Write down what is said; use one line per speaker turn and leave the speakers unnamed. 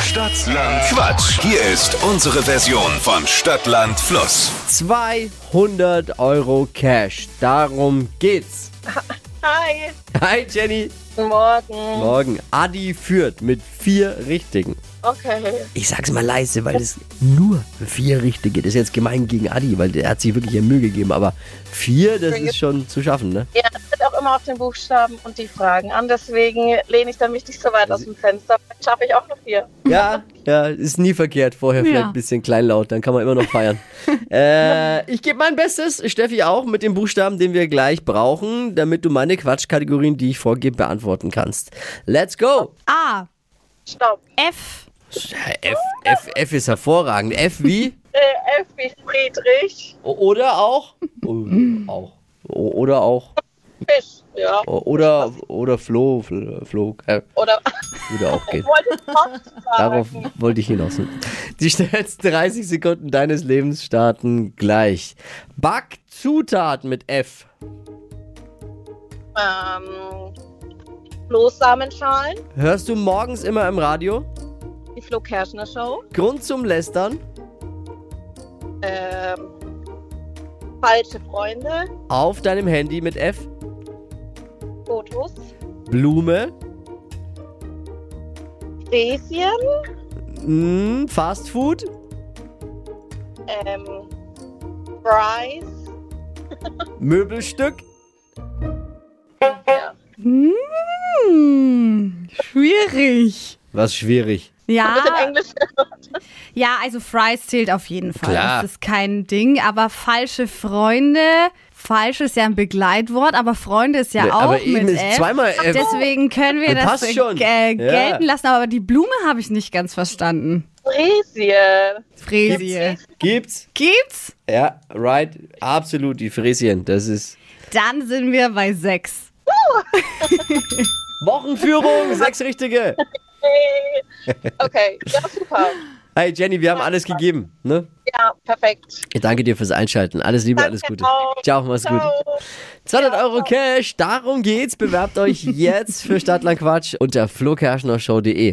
Stadtland Quatsch. Hier ist unsere Version von Stadtland Fluss.
200 Euro Cash. Darum geht's.
Hi,
Hi Jenny.
guten Morgen.
Morgen. Adi führt mit vier Richtigen.
Okay.
Ich sag's mal leise, weil es nur vier Richtige. Das ist jetzt gemein gegen Adi, weil der hat sich wirklich ihr Mühe gegeben. Aber vier, das ist schon zu schaffen, ne?
Ja, es wird auch immer auf den Buchstaben und die Fragen an. Deswegen lehne ich dann mich nicht so weit aus dem Fenster. Vielleicht schaffe ich auch noch vier.
Ja, ja, ist nie verkehrt. Vorher vielleicht ein bisschen kleinlaut, dann kann man immer noch feiern. äh, ich gebe mein Bestes, Steffi auch, mit dem Buchstaben, den wir gleich brauchen, damit du meine Quatschkategorien, die ich vorgebe, beantworten kannst. Let's go!
A,
Stopp.
F,
F, F, F ist hervorragend. F wie?
Äh, F wie Friedrich.
O- Oder auch? O- auch. O- Oder auch.
Fisch. Ja.
O- Oder, oder Flo, Fl- Flo, äh,
Oder
würde auch gehen.
wollte ich Post sagen.
Darauf wollte ich hinaus. Die schnellsten 30 Sekunden deines Lebens starten gleich. Backzutat mit F.
Ähm, Bloßsamenschalen.
Hörst du morgens immer im Radio?
Die Flo Kerschner Show.
Grund zum Lästern?
Ähm, falsche Freunde.
Auf deinem Handy mit F.
Fotos.
Blume.
Fräschen.
Mm, Fast Food.
Ähm, Fries.
Möbelstück.
Ja.
hm, schwierig.
Was schwierig.
Mit dem
Ja,
Englisch.
ja, also Fries zählt auf jeden Fall.
Klar.
Das ist kein Ding, aber falsche Freunde, falsch ist ja ein Begleitwort, aber Freunde ist ja
Nee,
auch
Ne, aber eben
mit
ist
F.
zweimal F.
Deswegen können wir das
Passt
äh,
schon.
äh,
Ja.
gelten lassen, aber die Blume habe ich nicht ganz verstanden.
Fräschen.
Fräsie.
Gibt's?
Gibt's?
Ja, right. Absolut, die Fräschen. Das ist.
Dann sind wir bei sechs.
Wochenführung, sechs richtige.
Hey. Okay, ja, super.
Hey Jenny, wir haben alles gegeben. Ne?
Ja, perfekt.
Ich danke dir fürs Einschalten. Alles Liebe,
Danke
alles Gute.
auch.
Ciao, mach's gut.
Ciao.
200 Euro Cash, darum geht's. Bewerbt euch jetzt für Stadtlandquatsch unter flokerschnershow.de.